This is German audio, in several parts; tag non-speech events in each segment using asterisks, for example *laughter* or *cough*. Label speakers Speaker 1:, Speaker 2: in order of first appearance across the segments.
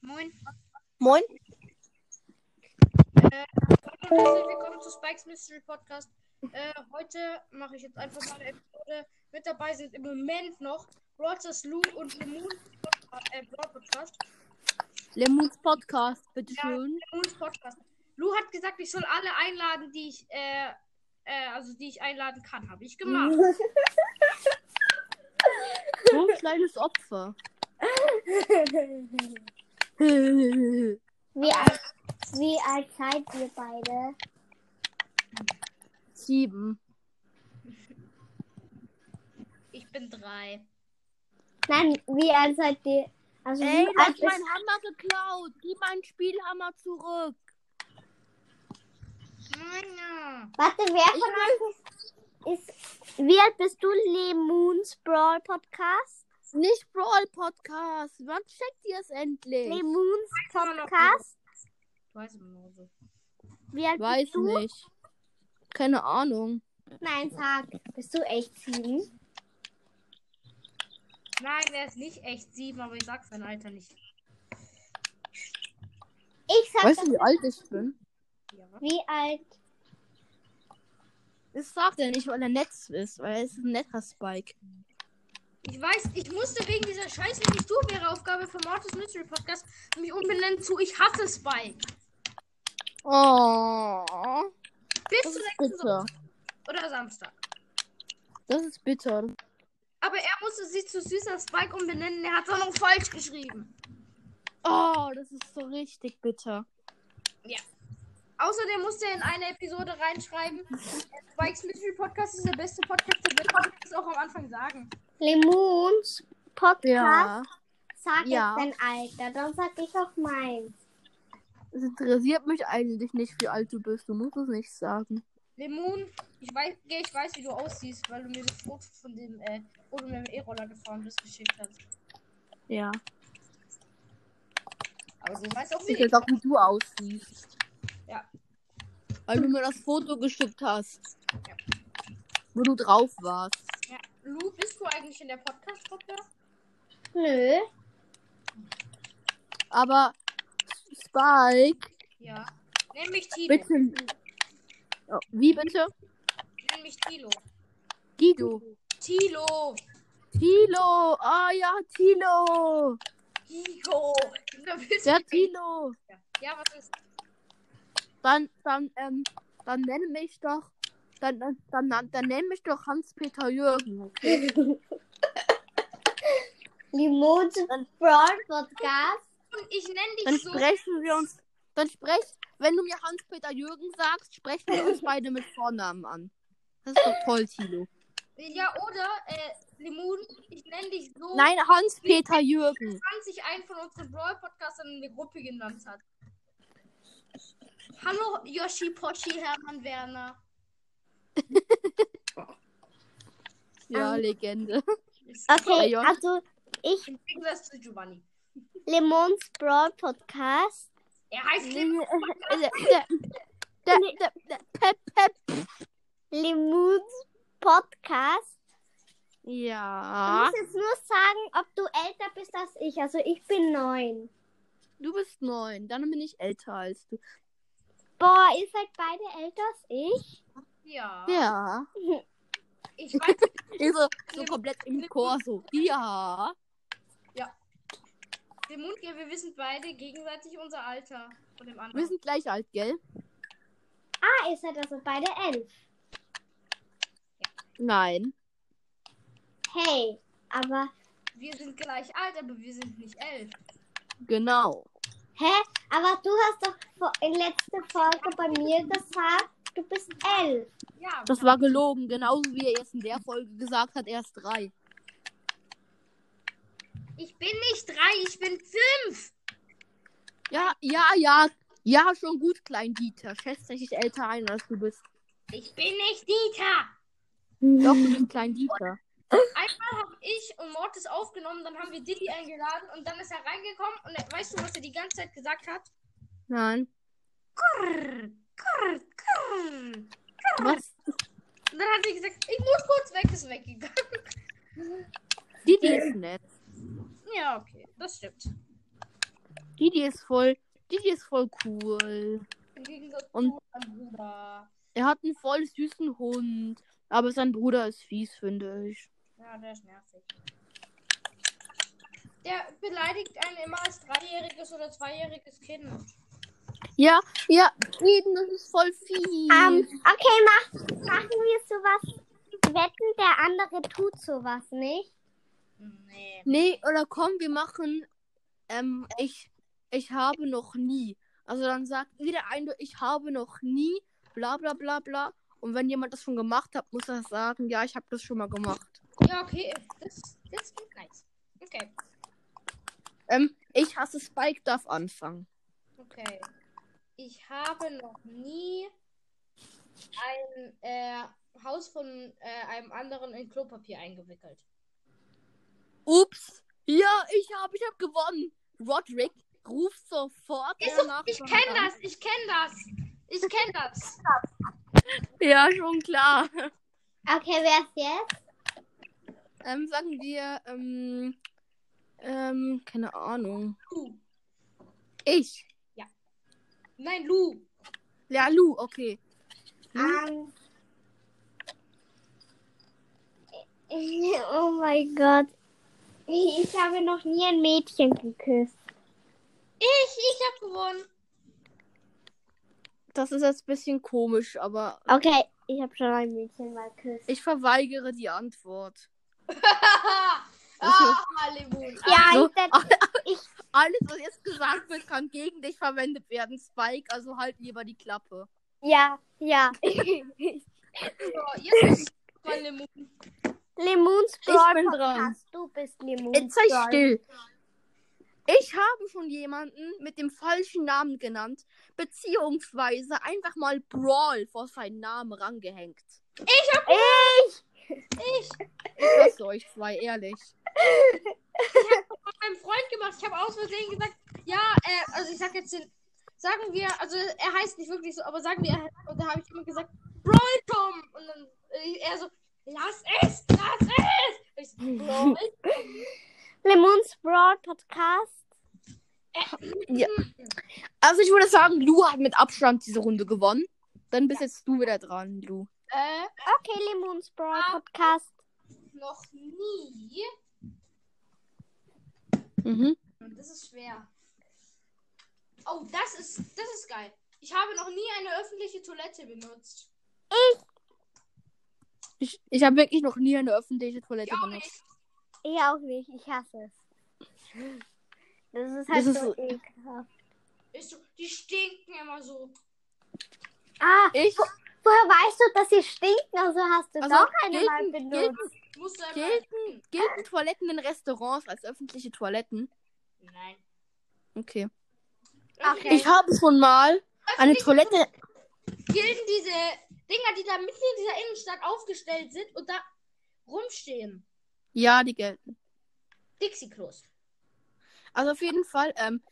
Speaker 1: Moin.
Speaker 2: Moin.
Speaker 1: Äh, hallo und herzlich willkommen zu Spikes Mystery Podcast. Äh, heute mache ich jetzt einfach mal eine Episode. Mit dabei sind im Moment noch Rogers, Lou und Lemon äh, Broad Podcast.
Speaker 2: Lemons Podcast, bitteschön.
Speaker 1: Lemons Podcast. Lou hat gesagt, ich soll alle einladen, die ich, äh, äh, also die ich einladen kann. Habe ich gemacht.
Speaker 2: So ein kleines Opfer. Wie
Speaker 3: Wie alt, wie alt seid ihr beide?
Speaker 2: Sieben.
Speaker 1: Ich bin drei.
Speaker 3: Nein, wie alt seid ihr? Also
Speaker 2: Ey,
Speaker 3: wie
Speaker 2: du
Speaker 3: alt
Speaker 2: hast
Speaker 3: ist
Speaker 2: meinen Hammer geklaut. Gib meinen Spielhammer zurück.
Speaker 1: Meiner.
Speaker 3: Warte, wer von euch ist, ist wie alt bist du, Lemons Brawl Podcast?
Speaker 2: Nicht Brawl Podcast. Wann checkt ihr es endlich?
Speaker 3: Lemons
Speaker 1: Weiß man noch
Speaker 3: Podcast?
Speaker 1: Du heißt immer noch so.
Speaker 3: Wie alt
Speaker 2: Weiß
Speaker 3: bist du?
Speaker 2: nicht. Keine Ahnung.
Speaker 3: Nein, sag. Bist du echt sieben?
Speaker 1: Nein, er ist nicht echt sieben, aber ich sag sein Alter nicht.
Speaker 3: Ich sag,
Speaker 2: Weißt du, wie alt ich bin?
Speaker 1: Ja.
Speaker 3: wie alt?
Speaker 2: Das sagt er nicht, weil er nett ist, weil er ist ein netter Spike.
Speaker 1: Ich weiß, ich musste wegen dieser scheiß nämlich du wäre Aufgabe für Mortis Mystery Podcast mich umbenennen zu Ich hasse Spike.
Speaker 2: Oh,
Speaker 1: Bis
Speaker 2: das
Speaker 1: zu
Speaker 2: ist
Speaker 1: nächsten
Speaker 2: bitter.
Speaker 1: Sonntag oder Samstag.
Speaker 2: Das ist bitter.
Speaker 1: Aber er musste sie zu süßer Spike umbenennen, er hat es auch noch falsch geschrieben.
Speaker 2: Oh, das ist so richtig bitter.
Speaker 1: Außerdem musste er in eine Episode reinschreiben, Spikes Mystery Podcast ist der beste Podcast der Welt. Ich das auch am Anfang sagen.
Speaker 3: Lemons Podcast?
Speaker 2: Ja.
Speaker 3: Sag
Speaker 2: Ja.
Speaker 3: jetzt dein Alter, dann sag ich auch meins.
Speaker 2: Es interessiert mich eigentlich nicht, wie alt du bist. Du musst es nicht sagen.
Speaker 1: Lemon, ich weiß, Geh, ich weiß, wie du aussiehst, weil du mir das Foto von dem, äh, wo du mit dem E-Roller gefahren bist, geschickt hast.
Speaker 2: Ja.
Speaker 1: Aber sie weiß auch,
Speaker 2: Ich
Speaker 1: wie ich.
Speaker 2: jetzt auch, wie du aussiehst.
Speaker 1: Ja.
Speaker 2: Weil du mir das Foto geschickt hast.
Speaker 1: Ja.
Speaker 2: Wo du drauf warst.
Speaker 1: Ja. Lu, bist du eigentlich in der Podcast-Gruppe?
Speaker 3: Nö.
Speaker 2: Aber Spike,
Speaker 1: Ja. Nenn mich Tilo.
Speaker 2: bitte. Oh, wie bitte?
Speaker 1: Nenn mich Tilo.
Speaker 2: Guido.
Speaker 1: Tilo.
Speaker 2: Tilo. Ah ja, Tilo.
Speaker 1: Tilo. Da bist
Speaker 2: Der
Speaker 1: du-
Speaker 2: Tilo.
Speaker 1: Ja, was ist?
Speaker 2: Dann, dann, ähm, dann nenne mich doch. Dann, dann, dann, dann nenne mich doch Hans-Peter Jürgen, okay?
Speaker 3: Lemons Brawl Podcast?
Speaker 1: Und ich nenne dich
Speaker 2: Dann
Speaker 1: so.
Speaker 2: sprechen wir uns. Dann sprech, wenn du mir Hans-Peter Jürgen sagst, sprechen wir uns beide mit Vornamen an. Das ist doch toll, Tilo.
Speaker 1: Ja, oder, äh, Lemon, ich nenne dich so,
Speaker 2: Nein, Hans-Peter Jürgen.
Speaker 1: wann sich ein von unseren Brawl-Podcastern in der Gruppe genannt hat. Hallo, Yoshi, Pochi, Hermann, Werner.
Speaker 2: Ja,
Speaker 1: Ähm. *laughs*
Speaker 2: Legende. Ah.
Speaker 3: Okay,
Speaker 2: Ja, ja.
Speaker 3: also ich
Speaker 1: Im Gegensatz zu Giovanni.
Speaker 3: Lemons Brawl Podcast.
Speaker 1: Er heißt Lemon.
Speaker 2: Der, Äh, der, der, der, der Pep, Pep.
Speaker 3: Lemons Podcast. Du
Speaker 2: Ja.
Speaker 3: musst jetzt nur sagen, ob du älter bist als ich. Also ich bin neun.
Speaker 2: Du bist neun, dann bin ich älter als du.
Speaker 3: Boah, ihr seid beide älter als ich?
Speaker 2: äh,
Speaker 1: Ja.
Speaker 2: Ja.
Speaker 1: Ich weiß,
Speaker 2: Ich so, so komplett im Chor so. Ja.
Speaker 1: Lemon, ja, wir wissen beide gegenseitig unser Alter von dem anderen.
Speaker 2: Wir sind gleich alt, gell?
Speaker 3: Ah, ihr seid also beide elf.
Speaker 2: Nein.
Speaker 3: Hey, aber
Speaker 1: Wir sind gleich alt, aber wir sind nicht elf.
Speaker 2: Genau.
Speaker 3: hä? Aber du hast doch vor- in letzter Folge bei mir gesagt, du bist elf.
Speaker 1: Ja,
Speaker 2: Das war gelogen, genauso wie er jetzt in der Folge gesagt hat, erst drei.
Speaker 1: ich bin nicht drei, ich bin fünf.
Speaker 2: Ja, ja, ja. Ja, schon gut, klein Dieter. Schätzt dich älter ein, als du bist.
Speaker 1: Ich bin nicht Dieter.
Speaker 2: Doch, du bist klein Dieter.
Speaker 1: Einmal habe ich und Mortis aufgenommen, dann haben wir Diddy eingeladen und dann ist er reingekommen und er- weißt du, was er die ganze Zeit gesagt hat?
Speaker 2: Nein.
Speaker 1: Krrr, krrr, krrr.
Speaker 2: Was?
Speaker 1: Und dann hat er gesagt, ich muss kurz weg, ist weggegangen. *laughs*
Speaker 2: Didi ist nett.
Speaker 1: Ja, okay, das stimmt.
Speaker 2: Die, die ist voll, die, die ist voll cool.
Speaker 1: Im Gegensatz
Speaker 2: Und-
Speaker 1: zu meinem Bruder.
Speaker 2: Er hat einen voll süßen Hund, aber sein Bruder ist fies, finde ich.
Speaker 1: Ja, der ist nervig. Der beleidigt einen immer als dreijähriges oder zweijähriges Kind.
Speaker 2: Ja, ja, eben, das ist voll fies.
Speaker 3: Ähm, okay, mach, machen wir sowas. Wetten, der andere tut sowas nicht.
Speaker 1: Nee.
Speaker 2: Nee, oder komm, wir machen, ähm, ich, ich habe noch nie. Also dann sagt jeder ein, ich habe noch nie, bla bla bla bla. Und wenn jemand das schon gemacht hat, muss er sagen, ja, ich habe das schon mal gemacht.
Speaker 1: Ja, okay. Das, das klingt nice. Okay.
Speaker 2: Ähm, ich hasse Spike, darf anfangen.
Speaker 1: Okay. Ich habe noch nie ein äh, Haus von äh, einem anderen in Klopapier eingewickelt.
Speaker 2: Ups. Ja, ich habe, ich habe gewonnen. Roderick ruft sofort
Speaker 1: Ist
Speaker 2: seine
Speaker 1: Ich
Speaker 2: Nachbarn
Speaker 1: kenne
Speaker 2: an.
Speaker 1: das, ich kenne das. Ich kenne das.
Speaker 2: Ja, schon klar.
Speaker 3: Okay, wer ist jetzt?
Speaker 2: Ähm, sagen wir, ähm, ähm, keine Ahnung.
Speaker 1: Lu.
Speaker 2: Ich.
Speaker 1: Nein, Lu.
Speaker 2: Ja, Lu, okay.
Speaker 3: Ähm. Oh mein Gott. Ich habe noch nie ein Mädchen geküsst.
Speaker 1: Ich, ich habe gewonnen. *laughs*
Speaker 2: Das ist jetzt ein bisschen komisch, aber
Speaker 3: Okay, ich habe schon ein Mädchen mal geküsst.
Speaker 2: ich verweigere die Antwort.
Speaker 1: ah, Lemon.
Speaker 3: Ja,
Speaker 2: So.
Speaker 3: ich, das,
Speaker 2: Alles, was jetzt gesagt wird, kann gegen dich verwendet werden, Spike, also halt lieber die Klappe.
Speaker 3: ja, ja.
Speaker 1: So, Also, jetzt ist mal Lemon.
Speaker 3: Lemons
Speaker 2: bin
Speaker 3: Brawl
Speaker 2: dran.
Speaker 3: Podcast. Du bist Lemons
Speaker 2: Jetzt sei
Speaker 3: Brawl.
Speaker 2: still. Ich habe schon jemanden mit dem falschen Namen genannt, beziehungsweise einfach mal Brawl vor seinen Namen rangehängt.
Speaker 1: Ich
Speaker 2: Ich hasse euch zwei, ehrlich.
Speaker 1: habe meinem Freund gemacht. Ich habe aus Versehen gesagt, ja, äh, also ich sag jetzt den, sagen wir, also er heißt nicht wirklich so, aber sagen wir, er heißt, und da habe ich immer gesagt, Brawl Tom. Und dann äh, er so, lass es, lass es. Ich so, Brawl
Speaker 3: Lemons Brawl Podcast.
Speaker 2: Also ich würde sagen, Lou hat mit Abstand diese Runde gewonnen. Dann bist jetzt du wieder dran, Lou.
Speaker 1: äh,
Speaker 3: Okay, Lemons Brawl Podcast.
Speaker 1: noch nie.
Speaker 2: Mhm.
Speaker 1: Und Das ist schwer. Oh, das ist, das ist geil. Ich habe noch nie eine öffentliche Toilette benutzt.
Speaker 2: Ich, ich habe wirklich noch nie eine öffentliche Toilette
Speaker 1: Ich auch
Speaker 2: benutzt.
Speaker 1: nicht.
Speaker 3: Ich auch nicht, ich hasse es. Das ist halt
Speaker 2: Das
Speaker 3: so
Speaker 2: ist-
Speaker 3: ekelhaft.
Speaker 1: Ist so, die stinken immer so.
Speaker 3: Ah,
Speaker 2: Ich
Speaker 3: woher weißt du, dass sie stinken? Also hast du
Speaker 2: Also,
Speaker 3: doch eine
Speaker 2: gelten-
Speaker 3: mal benutzt.
Speaker 1: Musst du einmal.
Speaker 2: gelten, gelten Toiletten in Restaurants als öffentliche Toiletten.
Speaker 1: Nein.
Speaker 2: Okay.
Speaker 3: Okay.
Speaker 2: Ich habe schon mal eine Toilette.
Speaker 1: Gelten diese Dinger, die da mitten in dieser Innenstadt aufgestellt sind und da rumstehen.
Speaker 2: Ja, die gelten.
Speaker 1: Dixie-Klos.
Speaker 2: Also auf jeden Fall, ähm,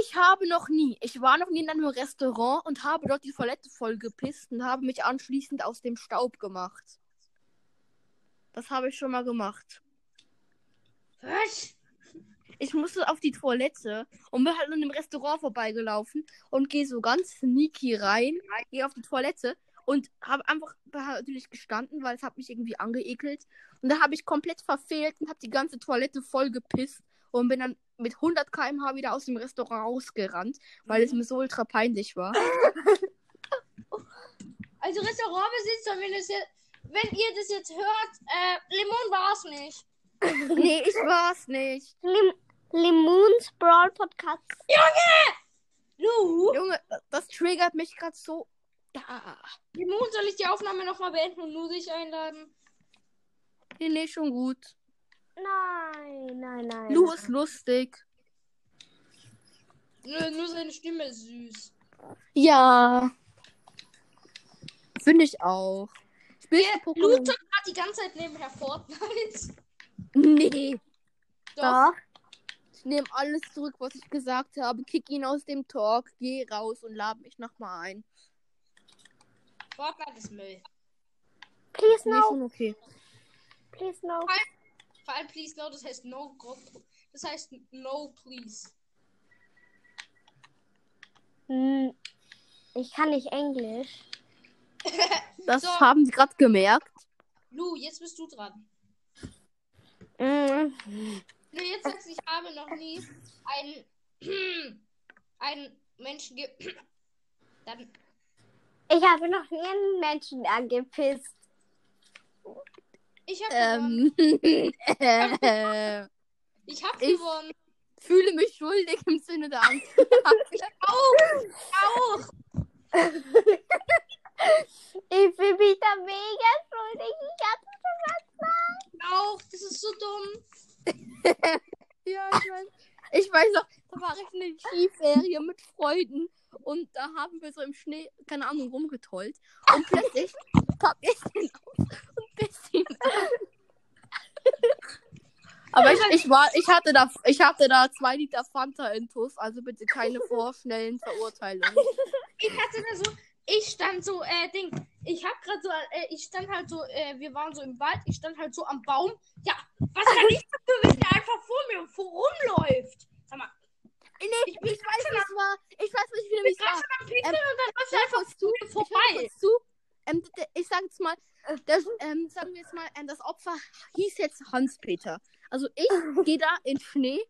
Speaker 2: ich habe noch nie, ich war noch nie in einem Restaurant und habe dort die Toilette vollgepisst und habe mich anschließend aus dem Staub gemacht. Das habe ich schon mal gemacht.
Speaker 1: Was?
Speaker 2: Ich musste auf die Toilette und bin halt an dem Restaurant vorbeigelaufen und gehe so ganz sneaky rein, gehe auf die Toilette und habe einfach da natürlich gestanden, weil es hat mich irgendwie angeekelt. Und da habe ich komplett verfehlt und habe die ganze Toilette voll gepisst und bin dann mit 100 km/h wieder aus dem Restaurant rausgerannt, weil es mir so ultra peinlich war.
Speaker 1: Also Restaurantbesitzer, wenn, das jetzt- wenn ihr das jetzt hört, äh, Limon war es nicht.
Speaker 2: nee, ich war's nicht.
Speaker 3: Lim Lemons Brawl Podcast.
Speaker 1: Lu,
Speaker 2: Junge, das triggert mich gerade so. Ah,
Speaker 1: Limon, soll ich die Aufnahme nochmal beenden und nur dich einladen?
Speaker 2: nee, nee, schon gut.
Speaker 3: Nein, nein, nein.
Speaker 2: Lu ist lustig.
Speaker 1: Nur, nur seine Stimme ist süß.
Speaker 2: Ja. Finde ich auch. Spielst du
Speaker 1: Lu
Speaker 2: Pokémon?
Speaker 1: zockt grad die ganze Zeit nebenher Fortnite. *laughs*
Speaker 2: Nee.
Speaker 3: doch.
Speaker 2: Ich nehme alles zurück, was ich gesagt habe. Kick ihn aus dem Talk, geh raus und lade mich nochmal ein.
Speaker 1: Fortnite ist Müll.
Speaker 3: Please
Speaker 2: Nee,
Speaker 3: no,
Speaker 2: schon okay.
Speaker 3: please no.
Speaker 1: Vor allem please no, das heißt no, gro- das heißt no please.
Speaker 3: Hm, ich kann nicht Englisch.
Speaker 2: Das
Speaker 1: So.
Speaker 2: haben die gerade gemerkt.
Speaker 1: Lu, jetzt bist du dran.
Speaker 2: Mhm.
Speaker 3: Hm,
Speaker 1: Lu, jetzt sagst du, ich habe noch nie *clears throat* einen, einen Menschen ge... *clears throat* Dann,
Speaker 3: ich habe noch nie einen Menschen angepisst.
Speaker 1: ich habe gewonnen.
Speaker 2: Ähm, *laughs* äh,
Speaker 1: Ich habe
Speaker 2: ich-
Speaker 1: gewonnen.
Speaker 2: fühle mich schuldig im Sinne der Angst.
Speaker 1: Auch, auch.
Speaker 3: Ich fühle mich da mega schuldig. Ich hab
Speaker 1: Auch, das ist so dumm.
Speaker 2: ja, ich weiß. Ich weiß noch, da war ich in der Skiferie mit Freunden und da haben wir so im Schnee, keine Ahnung, rumgetollt. Und plötzlich pack ich den aus und biss ihn an. Aber ich, ich, war, ich, hatte da, ich hatte da zwei Liter Fanta in Tuss, also bitte keine vorschnellen Verurteilungen.
Speaker 1: ich hatte da so, ich stand so, äh, Ding, ich hab grad so, äh, ich stand halt so, äh, wir waren so im Wald, ich stand halt so am Baum. Ja, was kann ich dafür, wenn der einfach vor mir vor- rumläuft? Sag mal,
Speaker 2: Nee, ich, weiß, wie es war. Ich weiß nicht, wie es
Speaker 1: grad
Speaker 2: war.
Speaker 1: schon am Pinkeln und dann läuft er einfach *laughs*
Speaker 2: kurz zu.
Speaker 1: vor mir vorbei.
Speaker 2: Kurz zu. Ähm, d- d- ich sage jetzt mal, das, ähm, sagen wir jetzt mal, ähm, das Opfer hieß jetzt Hans-Peter. Also ich gehe da in Schnee,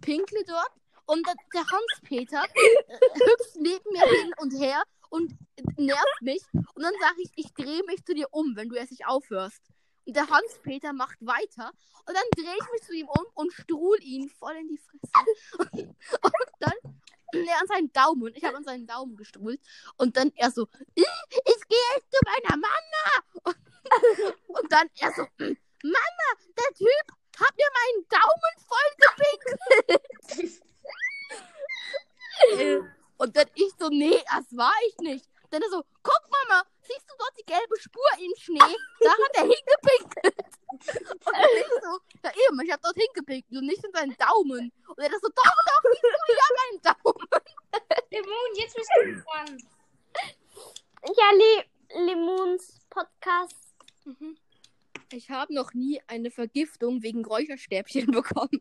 Speaker 2: pinkle dort und der, der Hans-Peter äh, hüpft neben mir hin und her und äh, nervt mich. Und dann sage ich, ich drehe mich zu dir um, wenn du erst nicht aufhörst. Und der Hans-Peter macht weiter und dann drehe ich mich zu ihm um und struhl ihn voll in die Fresse. *laughs* Und, und dann er an seinen Daumen und ich habe an seinen Daumen gestruhlt. Und dann er so, "Ih, ich gehe jetzt zu meiner Mama. *laughs* Und, und dann er so, "Hm, Mama, der Typ hat mir meinen Daumen voll gepinkelt. und dann ich so, nee, das war ich nicht. Dann er so, guck Mama, siehst du dort die gelbe Spur im Schnee? Da hat er hingepinkelt. *laughs* Und dann ich so, ja eben, ich habe dort hingepinkelt und nicht in seinen Daumen. Und er so, doch, doch, siehst du, ich habe meinen Daumen.
Speaker 1: Dämon, jetzt bist du dran.
Speaker 3: ja Le Lemons Podcast.
Speaker 2: Ich habe noch nie eine Vergiftung wegen Räucherstäbchen *laughs* bekommen.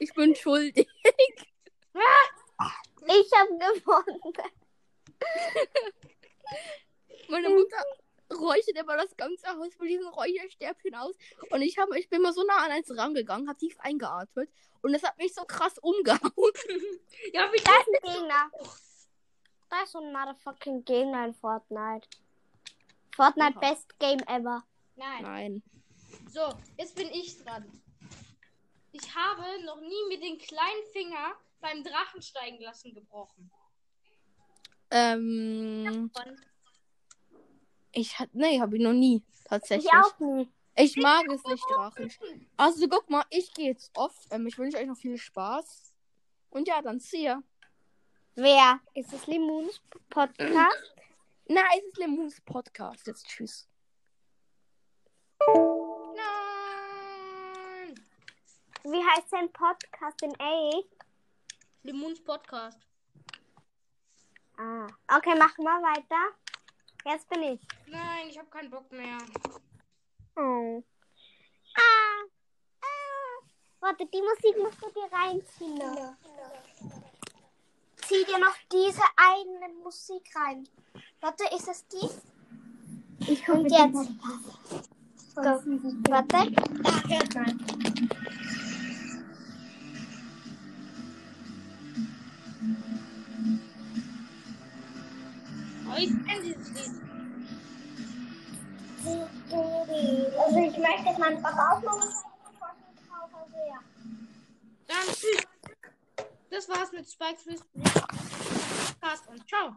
Speaker 2: ich bin schuldig.
Speaker 3: Ich habe gewonnen.
Speaker 2: Meine Mutter räuchert immer das ganze Haus mit diesen Räucherstäbchen aus. Und ich, hab, ich bin mal so nah an eins rangegangen, habe tief eingeatmet. Und das hat mich so krass umgehauen.
Speaker 1: Ja, wie
Speaker 3: Da ist ein Gegner. Da ist so ein motherfucking Gegner in Fortnite. Fortnite Best Game ever.
Speaker 1: Nein.
Speaker 2: Nein.
Speaker 1: So, jetzt bin ich dran. Ich habe noch nie mit den kleinen Finger beim Drachen steigen lassen gebrochen.
Speaker 2: Ähm, ich hat, nee, habe ich noch nie. Tatsächlich.
Speaker 3: Ich auch nie.
Speaker 2: Ich mag es nicht, Drachen. Also guck mal, ich gehe jetzt off. Ähm, ich wünsche euch noch viel Spaß. Und ja, dann see ya.
Speaker 3: Wer? Ist es Lemons Podcast?
Speaker 2: Na, es ist Lemons Podcast. Jetzt tschüss.
Speaker 1: Nein.
Speaker 3: Wie heißt sein Podcast in echt?
Speaker 1: Lemons Podcast.
Speaker 3: Ah. Okay, mach mal weiter. Jetzt bin ich.
Speaker 1: Nein, ich habe keinen Bock mehr.
Speaker 3: Oh. Ah. ah. Warte, die Musik musst du dir reinziehen. Noch. Zieh dir noch diese eine Musik rein. Warte, ist es die? Ich Und jetzt. Go. Warte.
Speaker 1: Oh, ich kenn dieses Lied.
Speaker 3: Also ich möchte, dass mein Papa auch mal was
Speaker 1: Dann tschüss. Das war's mit Spikes Wissen. Podcast und ciao.